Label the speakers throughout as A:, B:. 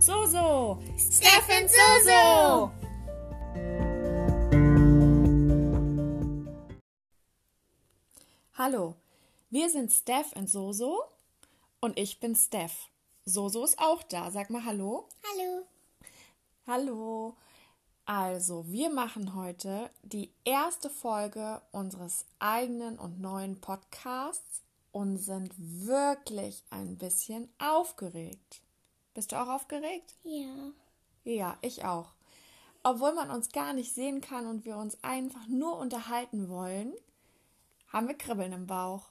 A: Soso.
B: Steffen Soso.
A: Hallo, wir sind Steph und Soso und ich bin Steph. Soso ist auch da. Sag mal Hallo.
B: Hallo.
A: Hallo. Also, wir machen heute die erste Folge unseres eigenen und neuen Podcasts und sind wirklich ein bisschen aufgeregt. Bist du auch aufgeregt?
B: Ja.
A: Ja, ich auch. Obwohl man uns gar nicht sehen kann und wir uns einfach nur unterhalten wollen, haben wir Kribbeln im Bauch.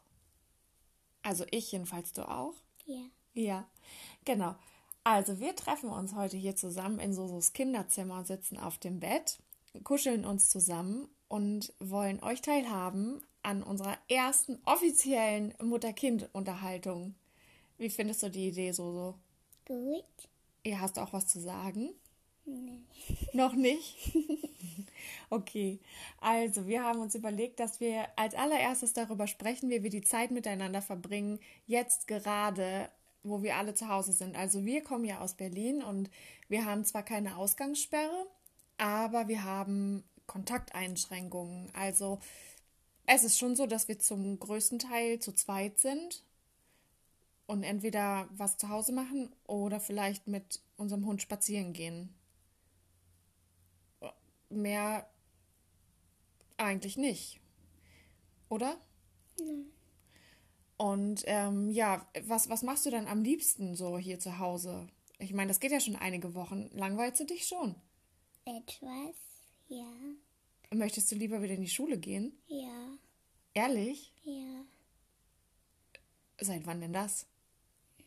A: Also ich jedenfalls, du auch?
B: Ja.
A: Ja, genau. Also wir treffen uns heute hier zusammen in Sosos Kinderzimmer, sitzen auf dem Bett, kuscheln uns zusammen und wollen euch teilhaben an unserer ersten offiziellen Mutter-Kind-Unterhaltung. Wie findest du die Idee, Soso?
B: Gut.
A: Ihr hast auch was zu sagen? Noch nicht? okay. Also, wir haben uns überlegt, dass wir als allererstes darüber sprechen, wie wir die Zeit miteinander verbringen, jetzt gerade, wo wir alle zu Hause sind. Also, wir kommen ja aus Berlin und wir haben zwar keine Ausgangssperre, aber wir haben Kontakteinschränkungen. Also, es ist schon so, dass wir zum größten Teil zu zweit sind und entweder was zu Hause machen oder vielleicht mit unserem Hund spazieren gehen. Mehr eigentlich nicht. Oder? Und ähm, ja, was, was machst du denn am liebsten so hier zu Hause? Ich meine, das geht ja schon einige Wochen. Langweilst du dich schon?
B: Etwas. Ja.
A: Möchtest du lieber wieder in die Schule gehen?
B: Ja.
A: Ehrlich?
B: Ja.
A: Seit wann denn das?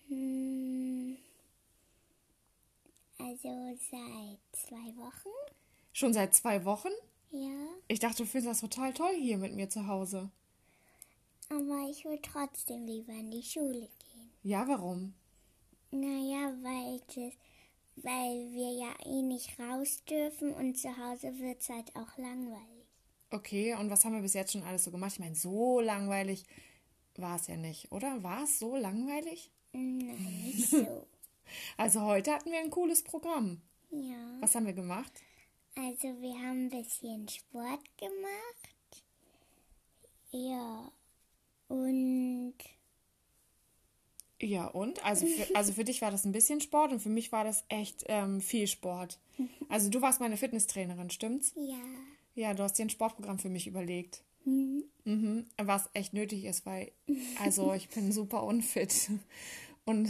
B: Hm. Also seit zwei Wochen?
A: Schon seit zwei Wochen?
B: Ja.
A: Ich dachte, du findest das total toll hier mit mir zu Hause.
B: Aber ich will trotzdem lieber in die Schule gehen.
A: Ja, warum?
B: Naja, weil, das, weil wir ja eh nicht raus dürfen und zu Hause wird es halt auch langweilig.
A: Okay, und was haben wir bis jetzt schon alles so gemacht? Ich meine, so langweilig war es ja nicht, oder? War es so langweilig?
B: Nein, nicht so.
A: Also heute hatten wir ein cooles Programm.
B: Ja.
A: Was haben wir gemacht?
B: Also wir haben ein bisschen Sport gemacht. Ja. Und
A: Ja, und? Also für, also für dich war das ein bisschen Sport und für mich war das echt ähm, viel Sport. Also du warst meine Fitnesstrainerin, stimmt's?
B: ja.
A: Ja, du hast dir ein Sportprogramm für mich überlegt. Mhm. Was echt nötig ist, weil, also ich bin super unfit. Und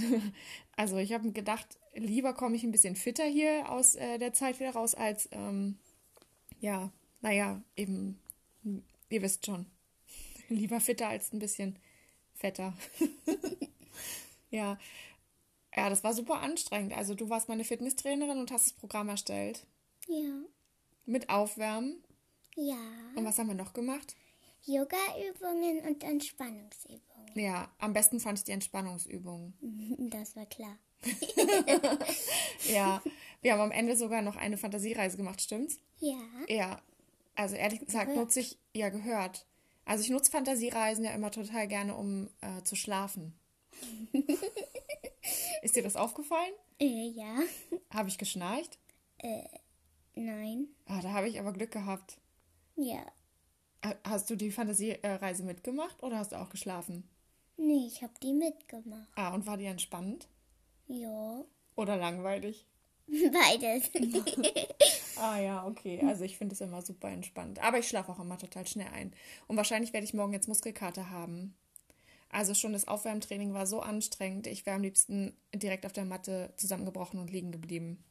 A: also ich habe gedacht, lieber komme ich ein bisschen fitter hier aus äh, der Zeit wieder raus, als, ähm, ja, naja, eben, ihr wisst schon, lieber fitter als ein bisschen fetter. ja. Ja, das war super anstrengend. Also du warst meine Fitnesstrainerin und hast das Programm erstellt.
B: Ja.
A: Mit Aufwärmen.
B: Ja.
A: Und was haben wir noch gemacht?
B: Yoga-Übungen und Entspannungsübungen.
A: Ja, am besten fand ich die Entspannungsübungen.
B: Das war klar.
A: Ja, wir haben am Ende sogar noch eine Fantasiereise gemacht, stimmt's?
B: Ja.
A: Ja, also ehrlich gesagt nutze ich, ja gehört. Also ich nutze Fantasiereisen ja immer total gerne, um äh, zu schlafen. Ist dir das aufgefallen?
B: Äh, ja.
A: Habe ich geschnarcht?
B: Nein.
A: Ah, da habe ich aber Glück gehabt.
B: Ja.
A: Ha- Hast du die Fantasiereise mitgemacht oder hast du auch geschlafen?
B: Nee, ich hab die mitgemacht.
A: Ah, und war die entspannend
B: Ja.
A: oder langweilig?
B: Beides.
A: Ah ja, okay. Also ich finde es immer super entspannt. Aber ich schlafe auch immer total schnell ein. Und wahrscheinlich werde ich morgen jetzt Muskelkater haben. Also schon das Aufwärmtraining war so anstrengend. Ich wäre am liebsten direkt auf der Matte zusammengebrochen und liegen geblieben.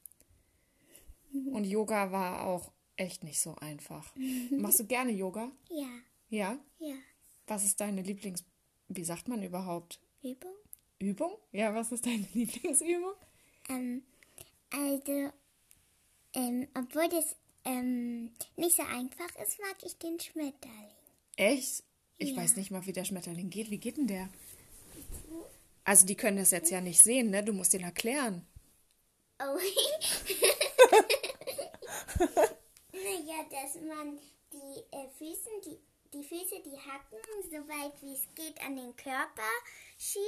A: Und Yoga war auch echt nicht so einfach. Machst du gerne Yoga?
B: ja.
A: Ja?
B: Ja.
A: Was ist deine Lieblings... Wie sagt man überhaupt?
B: Übung?
A: Übung? Ja, was ist deine Lieblingsübung?
B: Ähm, also, ähm, obwohl das ähm, nicht so einfach ist, mag ich den Schmetterling.
A: Echt? Ich
B: Ja.
A: weiß nicht mal, wie der Schmetterling geht. Wie geht denn der? Also die können das jetzt ja nicht sehen, ne? Du musst den erklären.
B: Oh. naja, dass man die äh, Füße, die, die Füße, die Hacken, so weit wie es geht an den Körper schiebt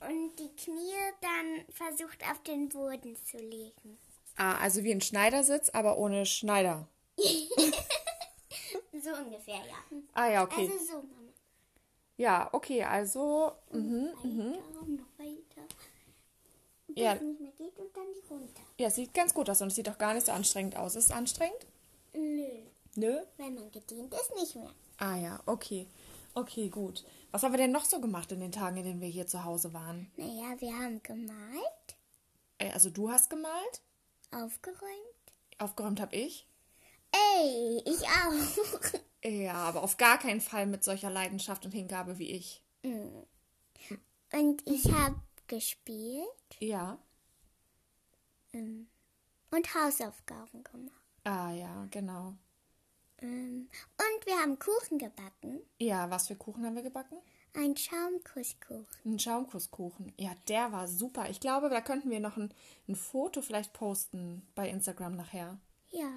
B: und die Knie dann versucht auf den Boden zu legen.
A: Ah, also wie ein Schneidersitz, aber ohne Schneider.
B: So ungefähr, ja.
A: Ah ja, okay.
B: Also so, Mama.
A: ja, okay, also
B: Weiter, noch weiter. Bis
A: mhm. Ja.
B: es nicht mehr geht und dann runter.
A: ja, sieht ganz gut aus und es sieht auch gar nicht so anstrengend aus. Ist es anstrengend?
B: Nö,
A: Nö.
B: wenn man gedehnt ist, nicht mehr.
A: Ah ja, okay. Okay, gut. Was haben wir denn noch so gemacht in den Tagen, in denen wir hier zu Hause waren?
B: Naja, wir haben gemalt,
A: Äh, Also du hast gemalt,
B: aufgeräumt.
A: aufgeräumt habe ich.
B: Ey, ich auch.
A: Ja, aber auf gar keinen Fall mit solcher Leidenschaft und Hingabe wie ich.
B: Und ich habe gespielt
A: Ja.
B: und Hausaufgaben gemacht.
A: Ah ja, genau.
B: Ähm, Und wir haben Kuchen gebacken.
A: Ja, was für Kuchen haben wir gebacken?
B: Ein Schaumkusskuchen.
A: Ein Schaumkusskuchen. Ja, der war super. Ich glaube, da könnten wir noch ein, ein Foto vielleicht posten bei Instagram nachher.
B: Ja.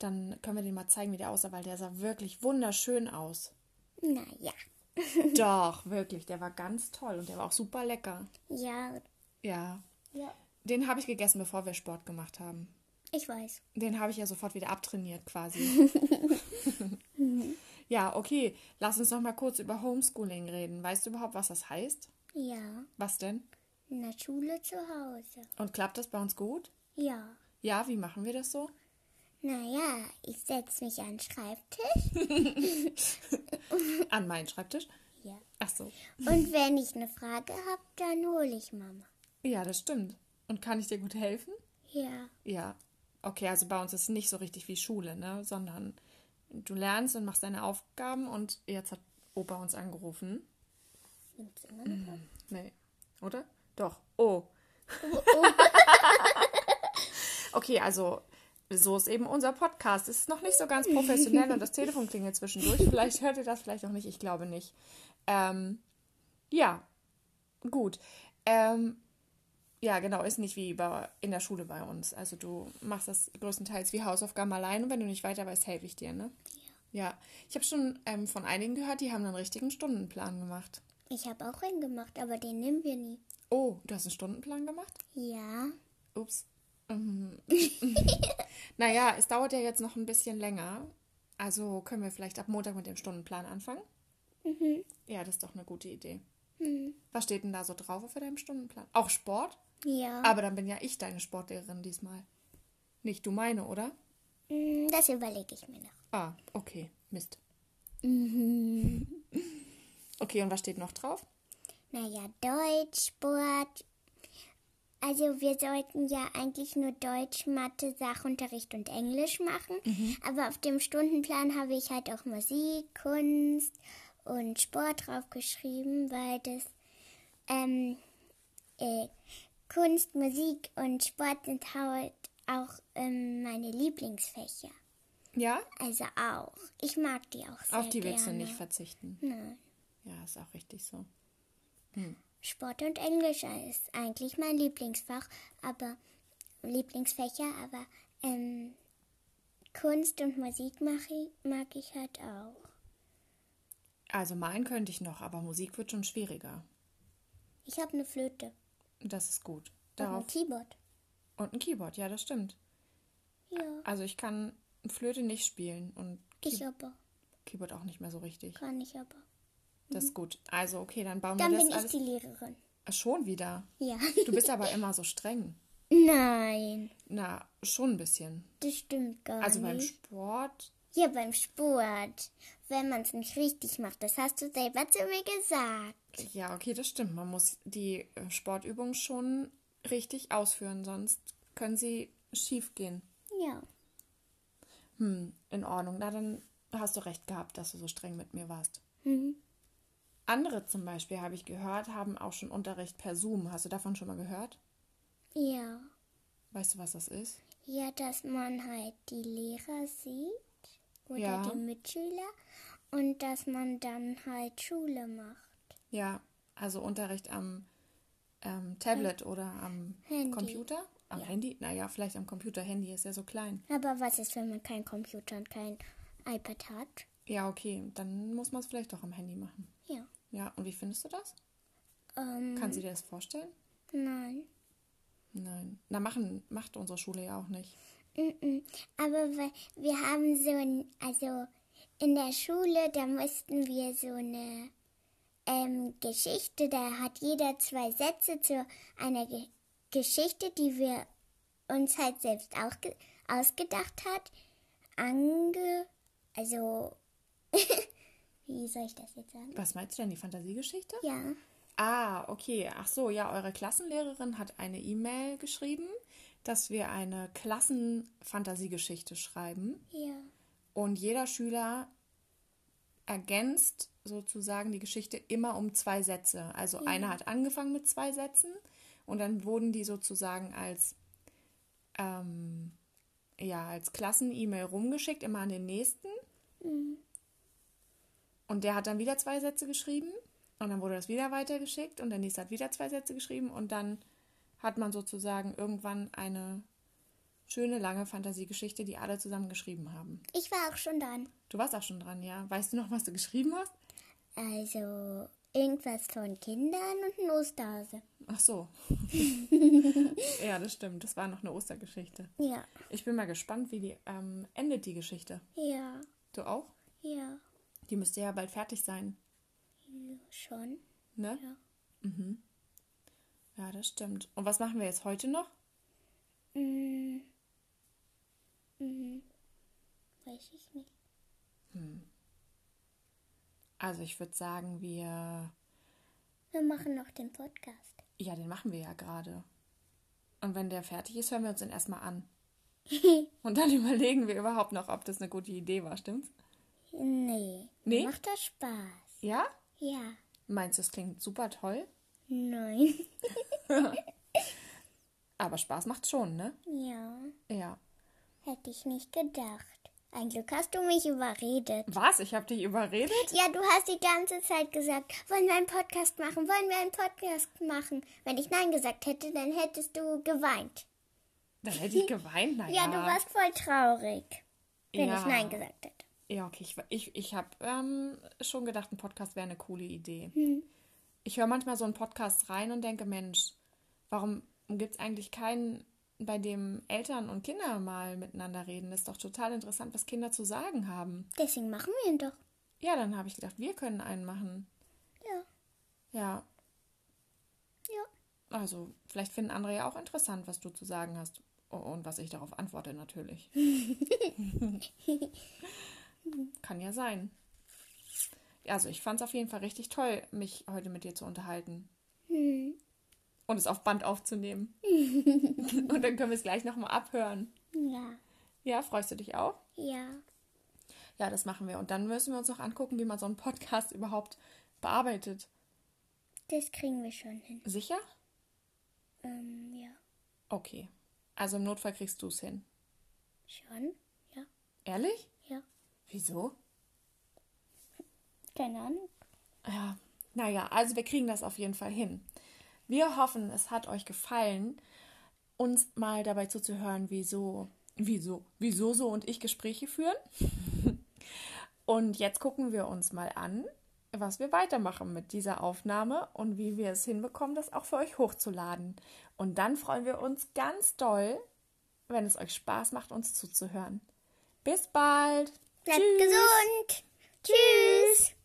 A: Dann können wir den mal zeigen, wie der aussah, weil der sah wirklich wunderschön aus.
B: Naja.
A: Doch, wirklich. Der war ganz toll und der war auch super lecker.
B: Ja.
A: Ja.
B: Ja.
A: Den habe ich gegessen, bevor wir Sport gemacht haben.
B: Ich weiß.
A: Den habe ich ja sofort wieder abtrainiert quasi. ja, okay. Lass uns noch mal kurz über Homeschooling reden. Weißt du überhaupt, was das heißt?
B: Ja.
A: Was denn?
B: In der Schule zu Hause.
A: Und klappt das bei uns gut?
B: Ja.
A: Ja, wie machen wir das so?
B: Naja, ich setze mich an den Schreibtisch.
A: An meinen Schreibtisch?
B: Ja.
A: Ach so.
B: Und wenn ich eine Frage habe, dann hole ich Mama.
A: Ja, das stimmt. Und kann ich dir gut helfen?
B: Ja.
A: Ja. Okay, also bei uns ist es nicht so richtig wie Schule, ne? Sondern du lernst und machst deine Aufgaben und jetzt hat Opa uns angerufen.
B: Nimmt's immer noch auf?
A: Nee. Oder? Doch. Oh. okay, also so ist eben unser Podcast. Es ist noch nicht so ganz professionell und das Telefon klingelt zwischendurch. Vielleicht hört ihr das, vielleicht auch nicht. Ich glaube nicht. Ähm, ja, gut. Ähm, ja, genau, ist nicht wie bei, in der Schule bei uns. Also du machst das größtenteils wie Hausaufgaben allein und wenn du nicht weiter weißt, helfe ich dir, ne? Ja. Ja, ich habe schon ähm, von einigen gehört, die haben einen richtigen Stundenplan gemacht.
B: Ich habe auch einen gemacht, aber den nehmen wir nie.
A: Oh, du hast einen Stundenplan gemacht?
B: Ja.
A: Ups. Mhm. naja, es dauert ja jetzt noch ein bisschen länger. Also können wir vielleicht ab Montag mit dem Stundenplan anfangen?
B: Mhm.
A: Ja, das ist doch eine gute Idee. Was steht denn da so drauf auf deinem Stundenplan? Auch Sport?
B: Ja.
A: Aber dann bin ja ich deine Sportlehrerin diesmal. Nicht du meine, oder?
B: Hm, Das überlege ich mir noch.
A: Ah, okay. Mist.
B: Mhm.
A: okay, und was steht noch drauf?
B: Naja, Deutsch, Sport. Also wir sollten ja eigentlich nur Deutsch, Mathe, Sachunterricht und Englisch machen.
A: Mhm.
B: Aber auf dem Stundenplan habe ich halt auch Musik, Kunst und Sport draufgeschrieben, weil das ähm, äh, Kunst, Musik und Sport sind halt auch ähm, meine Lieblingsfächer.
A: Ja?
B: Also auch. Ich mag die auch sehr
A: Auf die
B: gerne.
A: willst du nicht verzichten.
B: Nein.
A: Ja, ist auch richtig so.
B: Sport und Englisch ist eigentlich mein Lieblingsfach, aber Lieblingsfächer, aber ähm, Kunst und Musik mag ich, mag ich halt auch.
A: Also malen könnte ich noch, aber Musik wird schon schwieriger.
B: Ich habe eine Flöte
A: Das ist gut.
B: und ein
A: Darauf
B: Keyboard. Mhm.
A: und ein Keyboard, ja, das stimmt.
B: Ja,
A: Also ich kann Flöte nicht spielen und
B: ich aber.
A: Keyboard auch nicht mehr so richtig.
B: Kann ich aber.
A: Das ist gut. Also okay, dann bauen
B: Mhm. Dann
A: wir
B: bin
A: das
B: ich
A: alles
B: die Lehrerin.
A: Ah, schon wieder.
B: Ja.
A: Du bist aber immer so streng.
B: Nein,
A: Na, schon ein bisschen.
B: das stimmt gar
A: Also beim
B: nicht.
A: Sport.
B: ja, beim Sport. Wenn man es nicht richtig macht, das hast du selber zu mir gesagt.
A: Ja, okay, das stimmt. Man muss die äh, Sportübungen schon richtig ausführen, sonst können sie schief gehen.
B: Ja.
A: Hm, in Ordnung. Na, dann hast du recht gehabt, dass du so streng mit mir warst. Andere zum Beispiel, habe ich gehört, haben auch schon Unterricht per Zoom. Hast du davon schon mal gehört?
B: Ja.
A: Weißt du, was das ist?
B: Ja, dass man halt die Lehrer sieht oder
A: Ja.
B: die Mitschüler und dass man dann halt Schule macht.
A: Ja, also Unterricht am ähm, Tablet oder am
B: Handy.
A: Computer? Am Handy? Naja, vielleicht am Computer. Handy ist ja so klein.
B: Aber was ist, wenn man keinen Computer und kein iPad hat?
A: Ja, okay, dann muss man es vielleicht doch am Handy machen.
B: Ja.
A: Ja, und wie findest du das?
B: Ähm,
A: Kannst du dir das vorstellen?
B: nein.
A: Nein. Na, machen, macht unsere Schule ja auch nicht.
B: Mhm. Aber wir, wir haben so ein, also in der Schule, da mussten wir so eine ähm, Geschichte, da hat jeder zwei Sätze zu einer Ge Geschichte, die wir uns halt selbst auch ge- ausgedacht hat, ange, also, wie soll ich das jetzt sagen?
A: Was meinst du denn, die Fantasiegeschichte?
B: Ja,
A: Ah, okay. Ach so, ja, eure Klassenlehrerin hat eine E-Mail geschrieben, dass wir eine Klassenfantasiegeschichte schreiben
B: ja,
A: und jeder Schüler ergänzt sozusagen die Geschichte immer um zwei Sätze. Also einer hat angefangen mit zwei Sätzen und dann wurden die sozusagen als ähm, ja als Klassen-E-Mail rumgeschickt, immer an den nächsten. Und der hat dann wieder zwei Sätze geschrieben und dann wurde das wieder weitergeschickt und der nächste hat wieder zwei Sätze geschrieben und dann hat man sozusagen irgendwann eine schöne lange Fantasiegeschichte, die alle zusammen geschrieben haben.
B: ich war auch schon dran.
A: Du warst auch schon dran, ja. Weißt du noch, was du geschrieben hast?
B: Also, irgendwas von Kindern und ein Osterhase.
A: Ach so. ja, das stimmt. Das war noch eine Ostergeschichte.
B: Ja,
A: Ich bin mal gespannt, wie die ähm, endet, die Geschichte.
B: ja,
A: Du auch?
B: ja.
A: Die müsste ja bald fertig sein,
B: Schon.
A: ne?
B: Ja.
A: Mhm. Ja, das stimmt. Und was machen wir jetzt heute noch?
B: Mm. Mhm. Weiß ich nicht.
A: Also ich würde sagen, wir...
B: Wir machen noch den Podcast.
A: Ja, den machen wir ja gerade. Und wenn der fertig ist, hören wir uns den erstmal an. Und dann überlegen wir überhaupt noch, ob das eine gute Idee war, stimmt's?
B: nee.
A: Nee?
B: Macht das Spaß?
A: Ja?
B: Ja.
A: Meinst du, es klingt super toll?
B: Nein.
A: Aber Spaß macht schon, ne?
B: ja.
A: Ja.
B: Hätte ich nicht gedacht. Ein Glück hast du mich überredet.
A: Was? Ich habe dich überredet?
B: Ja, du hast die ganze Zeit gesagt, wollen wir einen Podcast machen, wollen wir einen Podcast machen. Wenn ich Nein gesagt hätte, dann hättest du geweint.
A: Dann hätte ich geweint. Naja.
B: Ja, du warst voll traurig, wenn
A: Ja.
B: ich Nein gesagt hätte.
A: Ja, okay. Ich, war- ich, ich habe ähm, schon gedacht, ein Podcast wäre eine coole Idee. Ich höre manchmal so einen Podcast rein und denke, Mensch, warum gibt es eigentlich keinen, bei dem Eltern und Kinder mal miteinander reden? Das ist doch total interessant, was Kinder zu sagen haben.
B: Deswegen machen wir ihn doch.
A: Ja, dann habe ich gedacht, wir können einen machen.
B: Ja,
A: Ja,
B: ja.
A: also vielleicht finden andere ja auch interessant, was du zu sagen hast. Oh, Und was ich darauf antworte, natürlich. Kann ja sein. Also, ich fand es auf jeden Fall richtig toll, mich heute mit dir zu unterhalten. Und es auf Band aufzunehmen. Und dann können wir es gleich nochmal abhören.
B: Ja,
A: Ja, freust du dich auch?
B: ja,
A: Ja, das machen wir. Und dann müssen wir uns noch angucken, wie man so einen Podcast überhaupt bearbeitet.
B: das kriegen wir schon hin.
A: Sicher?
B: Ähm, ja,
A: Okay. Also im Notfall kriegst du es hin.
B: schon, ja,
A: Ehrlich?
B: ja,
A: Wieso?
B: keine Ahnung.
A: Ja, naja, also wir kriegen das auf jeden Fall hin. Wir hoffen, es hat euch gefallen, uns mal dabei zuzuhören, wieso, wieso, wieso so und ich Gespräche führen. Und jetzt gucken wir uns mal an, was wir weitermachen mit dieser Aufnahme und wie wir es hinbekommen, das auch für euch hochzuladen. Und dann freuen wir uns ganz doll, wenn es euch Spaß macht, uns zuzuhören. Bis bald.
B: Bleibt gesund. Tschüss.